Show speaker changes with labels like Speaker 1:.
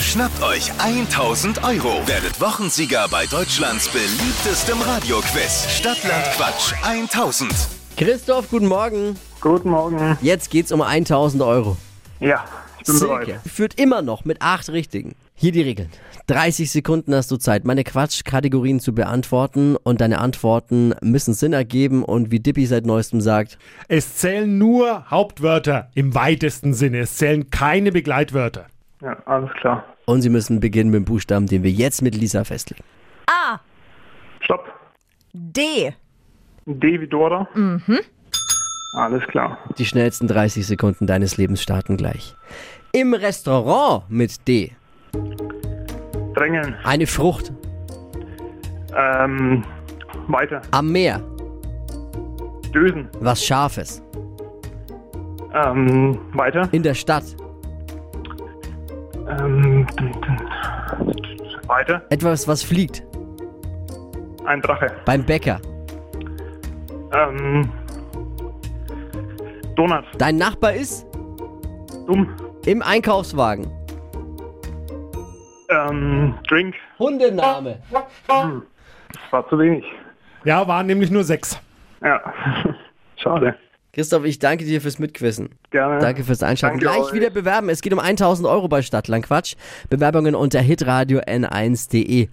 Speaker 1: Schnappt euch 1000 Euro. Werdet Wochensieger bei Deutschlands beliebtestem Radioquiz. Stadtland Quatsch 1000.
Speaker 2: Christoph, guten Morgen.
Speaker 3: Guten Morgen.
Speaker 2: Jetzt geht's um 1000 Euro.
Speaker 3: Ja, ich bin
Speaker 2: Silke
Speaker 3: bereit.
Speaker 2: führt immer noch mit acht Richtigen. Hier die Regeln. 30 Sekunden hast du Zeit, meine Quatschkategorien zu beantworten und deine Antworten müssen Sinn ergeben und wie Dippy seit neuestem sagt,
Speaker 4: Es zählen nur Hauptwörter im weitesten Sinne. Es zählen keine Begleitwörter.
Speaker 3: Ja, alles klar.
Speaker 2: und sie müssen beginnen mit dem Buchstaben, den wir jetzt mit Lisa festlegen.
Speaker 3: Stopp.
Speaker 5: D.
Speaker 3: D wie Dora. Mhm. Alles klar.
Speaker 2: Die schnellsten 30 Sekunden deines Lebens starten gleich. Im Restaurant mit D.
Speaker 3: Drängeln.
Speaker 2: Eine Frucht.
Speaker 3: Ähm, weiter.
Speaker 2: Am Meer.
Speaker 3: Dösen.
Speaker 2: Was Scharfes.
Speaker 3: Ähm, weiter.
Speaker 2: In der Stadt.
Speaker 3: Ähm, dun, dun. weiter.
Speaker 2: Etwas, was fliegt.
Speaker 3: Ein Drache.
Speaker 2: Beim Bäcker.
Speaker 3: Ähm, Donut.
Speaker 2: Dein Nachbar ist
Speaker 3: Dumm.
Speaker 2: im Einkaufswagen.
Speaker 3: Ähm, Drink.
Speaker 2: Hundename.
Speaker 3: War zu wenig.
Speaker 4: Ja, waren nämlich nur sechs.
Speaker 3: Ja. Schade.
Speaker 2: Christoph, ich danke dir fürs Mitquissen.
Speaker 3: Gerne.
Speaker 2: Danke fürs Einschalten.
Speaker 3: Danke
Speaker 2: Gleich
Speaker 3: euch.
Speaker 2: wieder bewerben. Es geht um 1000 Euro bei Stadtland Quatsch. Bewerbungen unter hitradio n1.de.